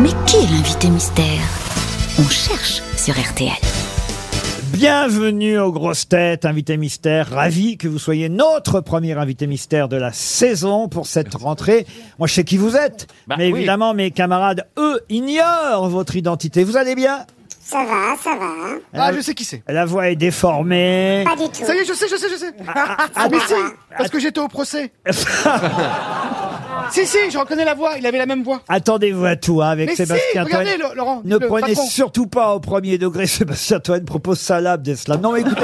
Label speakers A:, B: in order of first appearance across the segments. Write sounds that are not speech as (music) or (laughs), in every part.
A: Mais qui est l'invité mystère On cherche sur RTL.
B: Bienvenue aux grosses têtes, invité mystère. Ravi que vous soyez notre premier invité mystère de la saison pour cette rentrée. Moi, je sais qui vous êtes,
C: Bah,
B: mais
C: oui.
B: évidemment, mes camarades, eux, ignorent votre identité. Vous allez bien
D: Ça va, ça va.
E: Ah, je sais qui c'est.
B: La voix est déformée.
D: Pas du tout.
E: Ça y est, je sais, je sais, je sais.
D: ah,
E: mais si,
D: ah,
E: parce que j'étais au procès. si, si, je reconnais la voix. Il avait la même voix.
B: Attendez-vous à tout hein, avec
E: Mais si,
B: Sébastien Toen.
E: regardez, Lo- Laurent.
B: Ne
E: le
B: prenez
E: patron.
B: surtout pas au premier degré (laughs) Sébastien Toen propose Salab d'Eslam. Non, mais
C: (laughs)
B: écoutez.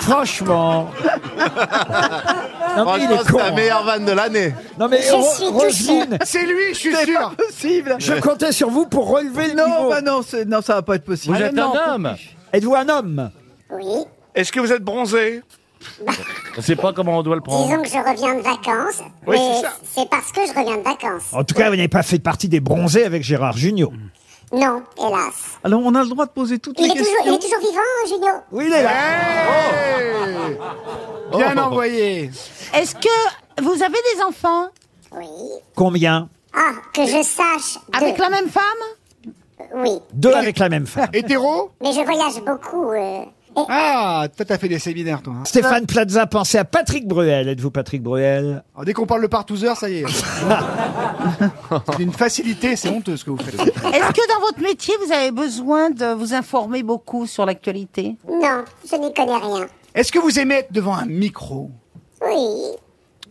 B: Franchement. Non, mais
F: Oh,
B: il est con. hein.
F: vanne de l'année.
B: Non, mais Ro-
D: suis
B: Roselyne,
E: C'est lui, je suis sûr.
G: possible.
B: je comptais sur vous pour relever le
G: Non,
B: niveau.
G: bah non, c'est- non, ça va pas être possible.
C: Vous êtes un homme.
B: Êtes-vous un homme
D: Oui.
F: Est-ce que vous êtes bronzé
C: On sait pas comment on doit le prendre.
D: Disons que je reviens de vacances.
F: Oui,
D: mais
F: c'est ça.
D: c'est parce que je reviens de vacances.
B: En tout cas, vous n'avez pas fait partie des bronzés avec Gérard Jugnot.
D: Non, hélas.
G: Alors, on a le droit de poser toutes
D: Il
G: les
D: est, toujours, il
G: questions.
D: est toujours vivant, Junio
B: Oui, il est là.
E: Hey Bien envoyé.
H: Est-ce que vous avez des enfants
D: Oui.
B: Combien
D: Ah, que je sache.
H: avec
D: deux.
H: la même femme
D: Oui.
B: Deux avec la même (laughs) femme.
E: Hétéro
D: Mais je voyage beaucoup. euh. Et-
E: Ah, toi, t'as fait des séminaires, toi. hein.
B: Stéphane Plaza, pensez à Patrick Bruel. Êtes-vous Patrick Bruel
E: Alors, dès qu'on parle le partouzeur, ça y est. c'est une facilité, c'est honteux ce que vous faites.
H: Est-ce que dans votre métier, vous avez besoin de vous informer beaucoup sur l'actualité
D: Non, je n'y connais rien.
E: Est-ce que vous aimez être devant un micro
D: Oui.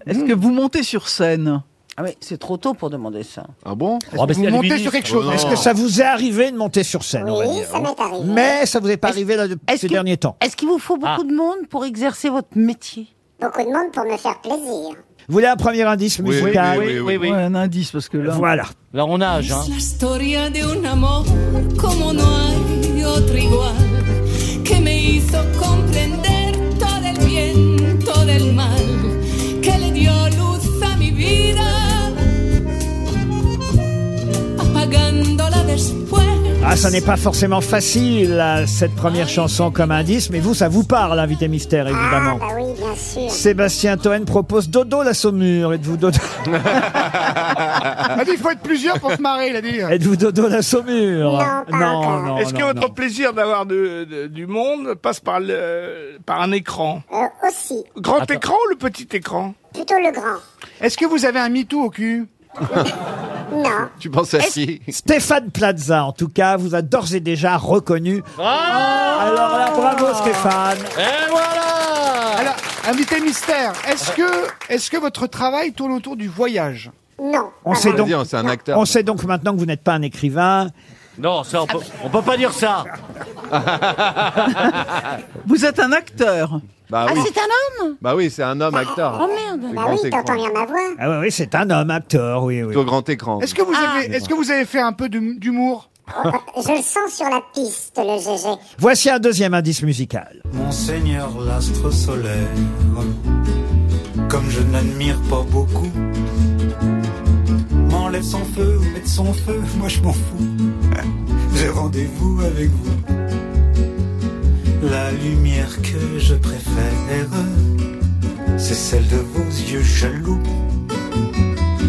G: Est-ce que vous montez sur scène
H: Ah oui, c'est trop tôt pour demander ça.
F: Ah bon
C: Oh, mais c'est
E: Vous montez
C: albinisme.
E: sur quelque chose
B: Est-ce que
C: (laughs)
B: ça vous est arrivé de monter sur scène on va
D: Oui,
B: dire
D: Oh, ça m'est arrivé.
B: Mais ça vous est pas arrivé là depuis
H: est-ce
B: ces
H: que-
B: derniers temps.
H: Est-ce qu'il vous faut beaucoup
C: Ah.
H: de monde pour exercer votre métier
D: Beaucoup de monde pour me faire plaisir.
B: Vous voulez un premier indice
F: Oui,
B: musical
F: oui, oui,
G: Ouais, Un indice, parce que là.
B: Voilà.
C: Là, on nage. Hein.
I: Es la historia de un amor como no hay otro igual, que me hizo comprender todo el bien, todo el mal, que le dio luz a mi vida, apagándola después.
B: Ah, ça n'est pas forcément facile, là, cette première chanson comme indice, mais vous, ça vous parle, invité mystère, évidemment.
D: Ah, bah oui, bien sûr.
B: Sébastien Toen propose Dodo la Saumure. Êtes-vous Dodo,
E: Il dit, il faut être plusieurs pour se marrer, il a dit.
B: êtes-vous Dodo la Saumure
D: Non, pas encore.
F: Est-ce que
B: non,
F: votre
B: non.
F: plaisir d'avoir de- de- du monde passe par, le, par un écran
D: Euh, aussi.
F: Grand
C: Attends.
F: écran ou le petit écran
D: Plutôt le grand.
E: Est-ce que vous avez un MeToo au cul
D: Non.
J: Tu penses à qui
B: Stéphane Plaza, en tout cas, vous a d'ores et déjà reconnu.
C: Ah.
B: Alors là, bravo Stéphane.
C: Et voilà
E: Alors, invité mystère, est-ce que, est-ce que votre travail tourne autour du voyage
D: Non.
B: On
D: pas
B: sait
D: vraiment.
B: donc-
J: Dis-donc, C'est un acteur.
B: On sait donc maintenant que vous n'êtes pas un écrivain.
C: Non, ça, on peut, on peut pas dire ça.
G: Vous êtes un acteur.
J: Bah
H: Ah,
J: oui,
H: c'est un homme
J: bah oui, c'est un homme acteur.
H: Oh merde
J: Le
D: Bah
J: grand
D: oui, t'entends
J: écran.
D: bien ma voix.
B: Ah oui, oui, c'est un homme acteur, oui, oui.
J: Au grand écran.
E: Est-ce que vous avez, est-ce que vous avez fait un peu d'hum- d'humour
D: Oh, euh, je le sens sur la piste, le GG.
B: Voici un deuxième indice musical.
K: Monseigneur l'astre solaire, comme je n'admire pas beaucoup, m'enlève son feu, mette son feu, moi je m'en fous. J'ai rendez-vous avec vous. La lumière que je préfère, c'est celle de vos yeux jaloux.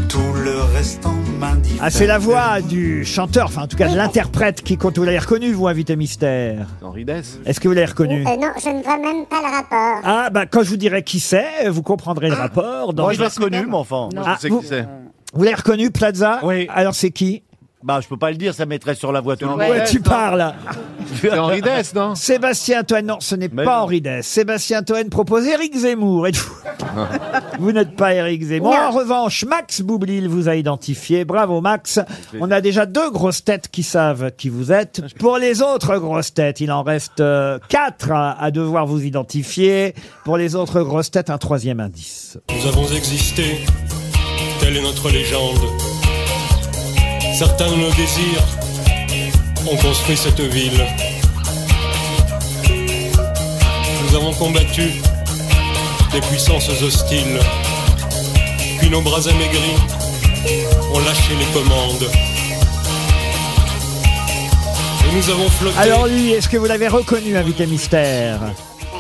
K: Tout le reste en main
B: Ah, c'est la voix du chanteur, enfin en tout cas de l'interprète qui compte. Vous l'avez reconnu, vous, invité mystère.
J: Henri Dess.
B: Est-ce que vous l'avez reconnu
D: Euh, non, je ne vois même pas le rapport.
B: Ah, bah quand je vous dirai qui c'est, vous comprendrez le rapport. Dans...
C: Moi, je l'ai reconnu, mais enfin.
J: Je
B: Ah,
J: sais
B: vous
J: qui c'est.
B: vous l'avez reconnu, Plaza
C: Oui.
B: Alors c'est qui
C: Bah, je peux pas le dire, ça mettrait sur la voie tout le
B: Ouais,
C: monde.
B: tu parles
J: C'est Henri Dess, non
B: Sébastien Toen, non, ce n'est
C: Mais
B: pas
C: non.
B: Henri Dess. Sébastien Toen propose Éric Zemmour.
C: (laughs)
B: Êtes-vous- vous n'êtes pas Éric Zemmour. En revanche, Max Boublil vous a identifié. Bravo, Max. On a déjà deux grosses têtes qui savent qui vous êtes. Pour les autres grosses têtes, il en reste euh, quatre à, à devoir vous identifier. Pour les autres grosses têtes, un troisième indice.
K: Nous avons existé, telle est notre légende. Certains de nos désirs ont construit cette ville. Nous avons combattu des puissances hostiles, puis nos bras amaigris ont lâché les commandes. Et nous avons flotté.
B: Alors lui, est-ce que vous l'avez reconnu, invité mystère
D: Ben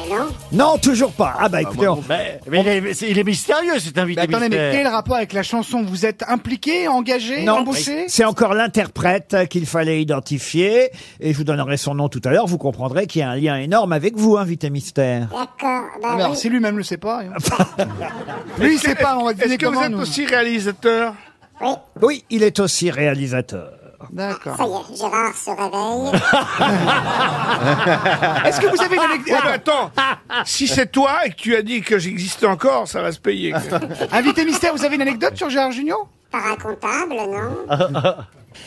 D: non, non
B: Non, toujours pas. Ah bah écoutez, on-
C: Mais il est, mais c'est- il est mystérieux cet invité.
E: Mais
F: Bah,
E: attendez, mais
C: mystère.
E: quel rapport avec la chanson Vous êtes impliqué, engagé,
B: Non,
E: embauché
B: c'est encore l'interprète euh, qu'il fallait identifier. Et je vous donnerai son nom tout à l'heure. Vous comprendrez qu'il y a un lien énorme avec vous, invité mystère.
D: D'accord.
E: Ah,
D: Bah
E: mais alors,
D: oui.
E: si lui-même le sait pas.
F: (laughs)
E: hein. lui, il sait pas, on va
F: Est-ce
E: deviner
F: que vous
E: comment
F: êtes
E: nous.
F: aussi réalisateur
B: Oui, il est aussi réalisateur.
E: D'accord.
D: Ça y est, Gérard se réveille.
E: Est-ce que vous avez une anecdote
F: Ouais, mais
E: (laughs)
F: attends, si c'est toi et que tu as dit que j'existais encore, ça va se payer. quoi.
E: (laughs) Invité mystère, vous avez une anecdote sur Gérard Junior
D: Paracomptable, non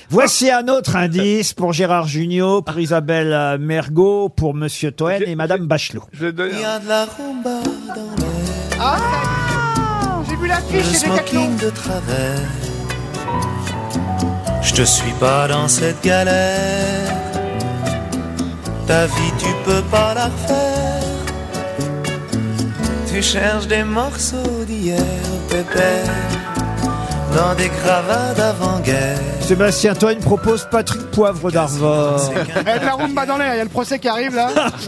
B: Voici un autre indice pour Gérard Junior, pour Isabelle euh, Mergot, pour Monsieur Toen et Madame Bachelot.
F: Je vais te donner un-
E: Ah, J'ai vu l'affiche chez Decathlon.
L: de travers. Je te suis pas dans cette galère. Ta vie, tu peux pas la refaire. Tu cherches des morceaux d'hier, pépère, dans des cravates d'avant-guerre.
B: Sébastien Toen propose Patrick Poivre d'Arvor.
E: Eh, de la rumba dans l'air, il y a le procès qui arrive
B: (laughs)
E: là. Je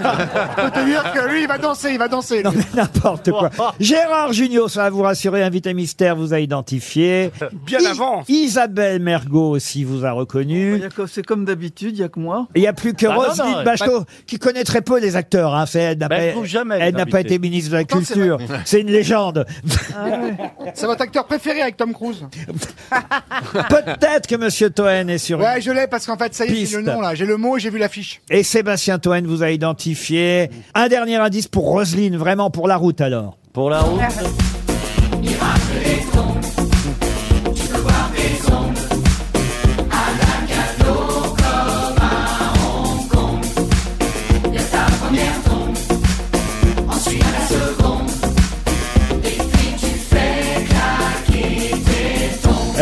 E: peux te dire que lui, il va danser, il va danser.
B: Non, (laughs) mais n'importe
C: (laughs)
B: quoi. Gérard Junior, ça va vous rassurer, invité mystère vous a identifié.
C: Euh,
F: Bien
B: I-
F: avant.
B: Isabelle Mergot aussi vous a reconnu.
G: Il Oh, bah, y a que- C'est comme d'habitude, il n'y a que moi.
B: Il n'y a plus que
C: Bah non,
B: Roselyne
C: non,
B: Bachelot, qui connaît très peu les acteurs. Hein. C'est- Elle n'a
C: Bah, elle
B: pas-
C: trouve jamais
B: elle
C: les
B: n'a pas
C: invités.
B: été ministre de la
E: Pourtant, c'est
B: Culture. (laughs) C'est une
C: (laughs)
B: légende.
E: C'est votre acteur préféré avec Tom Cruise.
B: Peut-être que Monsieur Toen est sur
E: Ouais, je l'ai parce qu'en fait, ça y est, j'ai le
B: Piste.
E: nom là. J'ai le mot et j'ai vu l'affiche.
B: Et Sébastien Toen vous a identifié. Un dernier indice pour Roselyne, vraiment pour la route alors.
C: Pour la route.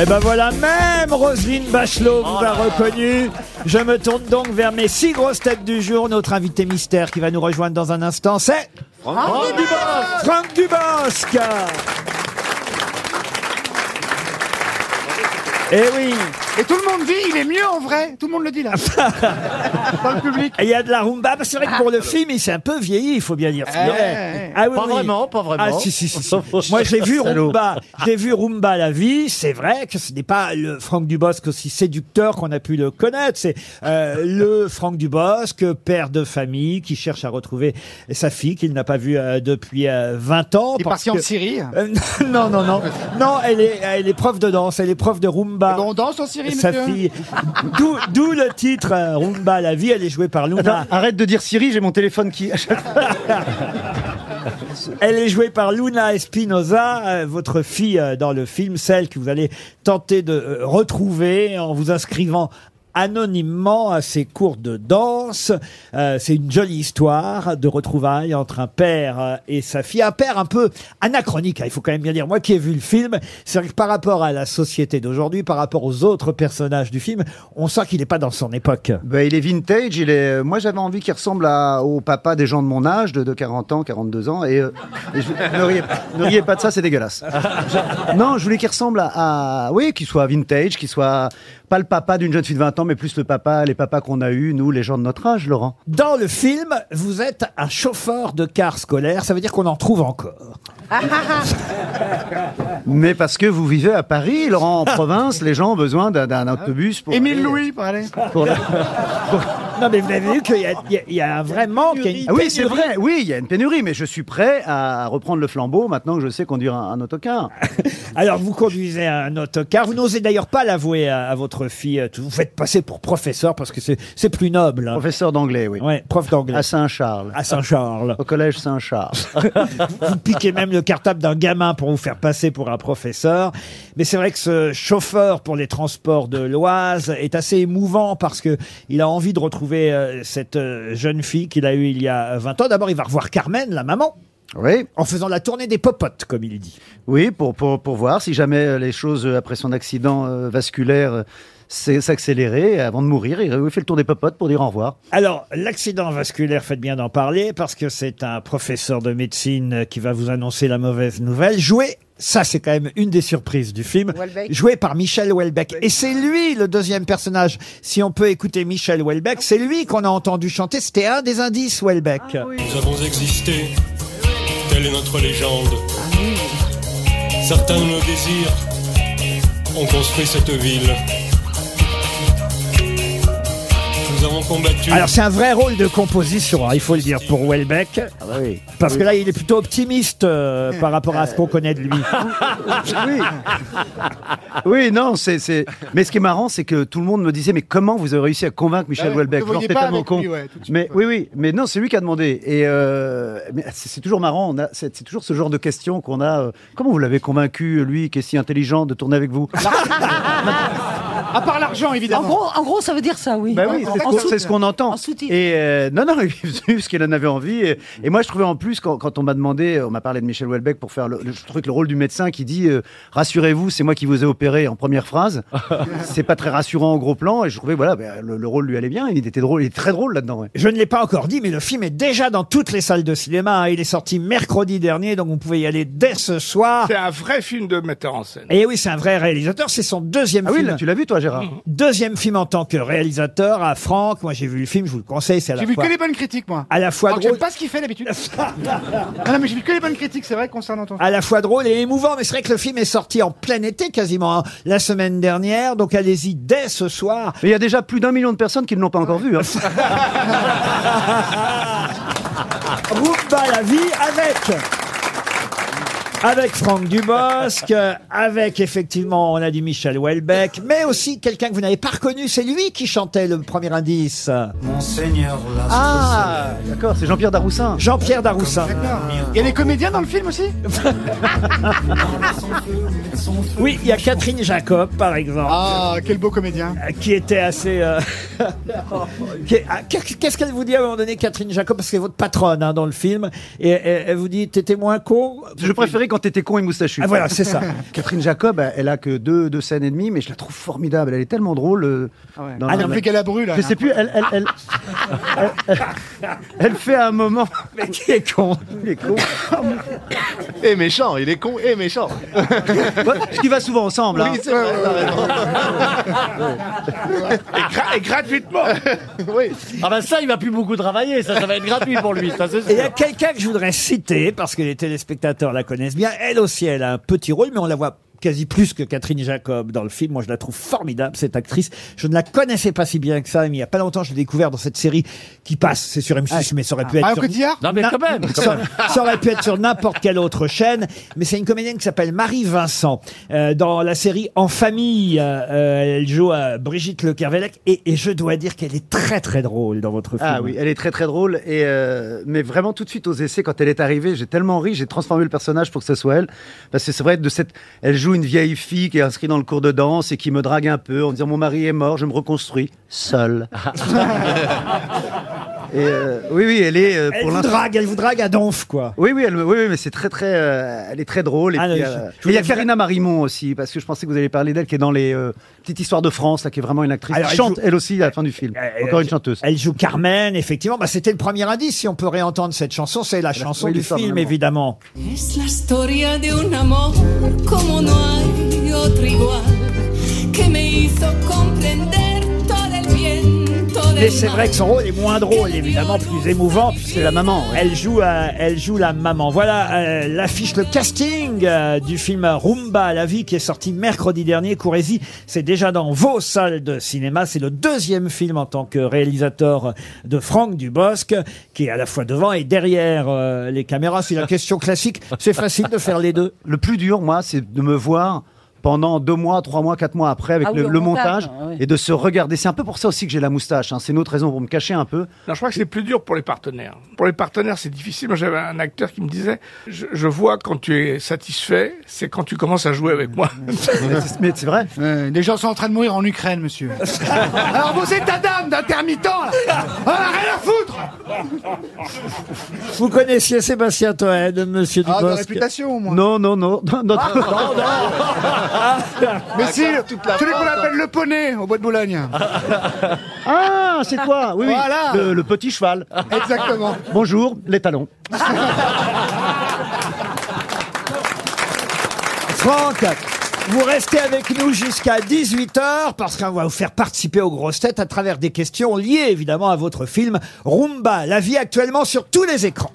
B: Et ben voilà, même Roselyne Bachelot vous a reconnu. Je me tourne donc vers mes six grosses têtes du jour. Notre invité mystère qui va nous rejoindre dans un instant, c'est
C: Franck Dubosc.
B: Franck Dubosc. Eh oui,
E: Et tout le monde dit, il est mieux en vrai. Tout le monde le
B: (laughs)
E: dit là. Dans le public.
B: il y a de la rumba. C'est vrai que pour le film, il s'est un peu vieilli, il faut bien dire. ce qu'il est.
E: Ah. eh.
B: Ah oui,
C: Pas
B: oui.
C: vraiment, pas vraiment.
B: Ah si
E: (laughs)
B: si si. si. Moi j'ai vu
C: Salaud.
B: Rumba, j'ai vu Rumba la vie. C'est vrai que ce n'est pas le Franck Dubosc aussi séducteur qu'on a pu le connaître. C'est euh, le Franck Dubosc, père de famille qui cherche à retrouver sa fille qu'il n'a pas vue euh, depuis euh, 20 ans.
E: Il est
B: parce
E: parti en
B: que-
E: Syrie.
B: Euh, (laughs) non non non non. Elle est elle est prof de danse, elle est prof de Rumba.
E: Eh ben, on danse en Syrie,
B: sa
E: monsieur.
B: fille. D'où d'où le titre euh, Rumba la vie. Elle est jouée par Luna.
E: Arrête de dire Syrie, j'ai mon téléphone
M: (laughs)
E: qui.
B: Ah. Elle est jouée par Luna Espinosa, euh, votre fille euh, dans le film, celle que vous allez tenter de euh, retrouver en vous inscrivant anonymement à ses cours de danse. Euh, c'est une jolie histoire de retrouvailles entre un père euh, et sa fille. Un père un peu anachronique, hein, il faut quand même bien dire. Moi qui ai vu le film, c'est vrai que par rapport à la société d'aujourd'hui, par rapport aux autres personnages du film, on sent qu'il n'est pas dans son époque.
M: Ben, il est vintage, il est... euh, moi j'avais envie qu'il ressemble à- au papa des gens de mon âge, de, de 40 ans, 42 ans, et, euh, et je- ne, riez, ne riez pas de ça, c'est dégueulasse. Je- Non, je voulais qu'il ressemble à, à- Oui, qu'il soit vintage, qu'il soit pas le papa d'une jeune fille de 20 ans, mais plus le papa, les papas qu'on a eus, nous, les gens de notre âge, Laurent.
B: Dans le film, vous êtes un chauffeur de car scolaire, ça veut dire qu'on en trouve encore.
M: Mais parce que vous vivez à Paris, Laurent, en province, les gens ont besoin d'un- d'un autobus pour...
E: Émile
M: aller- Ah
E: Louis, pour aller.
M: pour la-
B: Non, mais vous avez vu qu'il y, a- il y a- il y a un vrai manque. il y a une
M: Ah oui, c'est
B: pénurie.
M: vrai, oui, il y a une pénurie, mais je suis prêt à reprendre le flambeau maintenant que je sais conduire un, un autocar.
B: Alors, vous conduisez un autocar. Vous n'osez d'ailleurs pas l'avouer à, à votre fille. Vous vous faites passer pour professeur parce que c'est c'est plus noble. hein.
M: Professeur d'anglais, oui.
B: Ouais, prof d'anglais.
M: À Saint-Charles.
B: À Saint-Charles.
M: Au collège Saint-Charles.
B: Vous piquez même le cartable d'un gamin pour vous faire passer pour un professeur. Mais c'est vrai que ce chauffeur pour les transports de l'Oise est assez émouvant parce que il a envie de retrouver euh, cette euh, jeune fille qu'il a eue il y a 20 ans. D'abord, il va revoir Carmen, la maman,
M: Oui,
B: en faisant la tournée des popotes, comme il dit.
M: oui pour, pour, pour voir si jamais euh, les choses, euh, après son accident euh, vasculaire, euh, s'est- s'accéléraient. Et Avant de mourir, il aurait fait le tour des popotes pour dire au revoir.
B: Alors, l'accident vasculaire, faites bien d'en parler, parce que c'est un professeur de médecine qui va vous annoncer la mauvaise nouvelle. Joué Ça, c'est quand même une des surprises du film,
N: Houellebecq.
B: joué par Michel Houellebecq. Et c'est lui le deuxième personnage. Si on peut écouter Michel Houellebecq, c'est lui qu'on a entendu chanter. C'était un des indices, Houellebecq.
K: Nous avons existé, telle est notre légende. Certains de nos désirs ont construit cette ville. Nous avons combattu.
B: Alors c'est un vrai rôle de composition, hein, il faut le dire, pour Houellebecq. Parce que là, il est plutôt optimiste euh, par rapport à ce qu'on connaît de lui.
M: oui. (laughs) Oui, non, c'est. c'est- Mais ce qui est marrant, c'est que tout le monde me disait Mais comment vous avez réussi à convaincre Michel
E: Bah ouais,
M: Houellebecq
E: vous le
M: Genre,
E: voyez
M: t'es
E: pas
M: tellement
E: avec
M: con.
E: lui, ouais, tout de suite,
M: mais oui, oui, mais non, c'est lui qui a demandé. Et euh, mais c'est c'est toujours marrant, on a- c'est c'est toujours ce genre de questions qu'on a. euh, comment vous l'avez convaincu, lui, qui est si intelligent, de tourner avec vous
E: À part l'argent, évidemment.
H: En gros, en gros, ça veut dire ça, oui.
M: Bah oui, c'est ce
H: En
M: qu'on-
H: sous-
M: c'est ce qu'on entend.
H: En sous-titre.
M: Et euh, non, (laughs) non, il faisait ce qu'il en avait envie. Et, et moi, je trouvais en plus, quand, quand on m'a demandé, on m'a parlé de Michel Houellebecq pour faire le, le truc, le rôle du médecin qui dit euh, Rassurez-vous, c'est moi qui vous ai opéré en première phrase. c'est pas très rassurant en gros plan. Et je trouvais, voilà, ben, le, le rôle lui allait bien. Il était drôle, il est très drôle là-dedans. ouais.
B: Je ne l'ai pas encore dit, mais le film est déjà dans toutes les salles de cinéma. hein. Il est sorti mercredi dernier, donc vous pouvez y aller dès ce soir.
F: C'est un vrai film de metteur en scène.
B: Et oui, c'est un vrai réalisateur. C'est son deuxième
M: Ah oui,
B: film.
M: là, tu l'as vu, toi, Gérard
E: Mhm.
B: Deuxième film en tant que réalisateur à Franck. Moi, j'ai vu le film, je vous le conseille. C'est à la
E: J'ai vu
B: fois-
E: que les bonnes critiques, moi.
M: Ah,
B: à la fois
F: Oh,
E: Alors que j'aime
B: drôle.
E: pas ce qu'il fait
M: (laughs)
E: d'habitude. Ah non, mais j'ai vu que les bonnes critiques, c'est vrai, concernant ton
B: À la fois drôle et émouvant, mais c'est vrai que le film est sorti en plein été quasiment hein, la semaine dernière, donc allez-y dès ce soir.
M: Mais il y a déjà plus d'un million de personnes qui ne l'ont pas encore vu. hein.
E: (laughs)
B: Rumba la vie avec avec Franck Dubosc, euh, avec effectivement, on a dit Michel Houellebecq, mais aussi quelqu'un que vous n'avez pas reconnu, c'est lui qui chantait le premier indice.
L: Monseigneur
M: Ah, d'accord, c'est Jean-Pierre Daroussin.
B: Jean-Pierre Daroussin.
E: Il y a des comédiens dans le film aussi
B: Oui, il y a Catherine Jacob, par exemple.
E: Ah, quel beau comédien.
B: euh, Qui était assez. euh, (laughs) qui est- ah, qu'est- Qu'est-ce qu'elle vous dit à un moment donné, Catherine Jacob, parce que c'est votre patronne hein, dans le film, et elle, elle vous dit T'étais moins con
M: Je préférais quand t'étais con et moustachu.
B: Ah, voilà, c'est ça.
M: (laughs) Catherine Jacob, elle a que deux, deux scènes et demie, mais je la trouve formidable. Elle est tellement drôle. euh, dans
E: Ah,
M: la-
E: non, mais qu'elle a brûlé.
M: Je sais plus, elle, elle,
E: (laughs)
M: elle, elle- elle- elle fait à un moment. (laughs)
B: Mais qui est con
M: Il est con.
J: Et méchant, il est con et méchant.
M: Ce qui va souvent ensemble. hein.
J: Oui, c'est vrai, t'as raison.
F: Et, gra- et gratuitement
J: Oui.
C: Ah bah ça, il va plus beaucoup travailler, ça, ça va être gratuit pour lui, ça c'est
B: Et il y a
C: sûr.
B: quelqu'un que je voudrais citer, parce que les téléspectateurs la connaissent bien. Elle aussi, elle a un petit rôle, mais on la voit quasi plus que Catherine Jacob dans le film. Moi, je la trouve formidable, cette actrice. Je ne la connaissais pas si bien que ça, mais il n'y a pas longtemps, je l'ai découvert dans cette série qui passe. C'est sur M6, mais ça aurait pu être
E: Ah,
B: sur...
E: Cotillard
C: Non mais
B: Na-
C: quand même,
B: (laughs)
C: quand
B: ça,
C: même.
B: ça aurait pu être sur n'importe quelle autre chaîne, mais c'est une comédienne qui s'appelle Marie Vincent. Euh, dans la série En famille, euh, euh, elle joue à Brigitte Le Kervelec, et, et je dois dire qu'elle est très très drôle dans votre film.
M: Ah oui, elle est très très drôle. Et euh, mais vraiment tout de suite aux essais, quand elle est arrivée, j'ai tellement ri, j'ai transformé le personnage pour que ce soit elle. Parce que c'est vrai, de cette, elle joue une vieille fille qui est inscrite dans le cours de danse et qui me drague un peu en disant mon mari est mort, je me reconstruis
B: (laughs)
M: seule. et euh, oui oui, elle est euh,
B: Elle
M: pour
B: vous
M: l'instant.
B: drague, elle vous drague à donf, quoi.
M: Oui, oui, elle, oui, oui, mais c'est très, très, euh, elle est très drôle. Et
B: Ah,
M: puis,
B: non, je-
M: euh,
B: je
M: et il y a
B: voulais-
M: Karina Marimont aussi, parce que je pensais que vous alliez parler d'elle, qui est dans les euh, petites histoires de France, là, qui est vraiment une actrice.
B: Alors,
M: qui
B: elle
M: chante
B: joue-
M: elle aussi à la fin du film.
B: Euh,
M: Encore
B: euh,
M: une chanteuse.
B: Elle joue Carmen, effectivement. Bah, c'était le premier indice. Si on peut réentendre cette chanson, c'est la chanson
M: oui,
B: du
M: l'histoire
B: film,
M: d'un amour.
B: évidemment.
I: Es la historia de un amor como no hay otro igual que me hizo comprender todo el viento
B: Mais
I: del
B: c'est vrai
I: mar.
B: que son rôle est moins drôle, évidemment, plus émouvant, puisque
M: C'est la maman. ouais.
B: elle joue, euh, elle joue la maman. Voilà euh, l'affiche, le casting euh, du film Rumba à la vie qui est sorti mercredi dernier. Courez-y, c'est déjà dans vos salles de cinéma. C'est le deuxième film en tant que réalisateur de Franck Dubosc, qui est à la fois devant et derrière euh, les caméras. C'est la question classique. C'est facile de faire les deux.
M: Le plus dur, moi, c'est de me voir pendant deux mois, trois mois, quatre mois après avec
H: Ah oui,
M: le,
H: au
M: le
H: montage,
M: montage,
H: ah oui.
M: et de se regarder. C'est un peu pour ça aussi que j'ai la moustache. hein. C'est une autre raison pour me cacher un peu.
F: Non, je crois que c'est plus dur pour les partenaires. Pour les partenaires, c'est difficile. Moi, j'avais un acteur qui me disait Je, je vois quand tu es satisfait, c'est quand tu commences à jouer avec moi.
M: Mais c'est- mais c'est vrai.
E: Euh, les gens sont en train de mourir en Ukraine, monsieur. (laughs) Alors vous êtes ta dame d'intermittent, là On a rien à foutre
B: Vous connaissiez Sébastien Toen, Monsieur
E: Ah, de
B: Dubosc.
E: réputation, Ah. au moins.
M: Non, non, non. Non, non.
E: Mais si, celui qu'on appelle le poney, au bois de Boulogne. (laughs)
M: Ah, c'est toi. Oui, oui.
E: Voilà.
M: Le, le petit cheval.
E: Exactement.
M: Bonjour, les talons.
B: Franck, vous restez avec nous jusqu'à 18h parce qu'on va vous faire participer aux grosses têtes à travers des questions liées évidemment à votre film Rumba, la vie actuellement sur tous les écrans.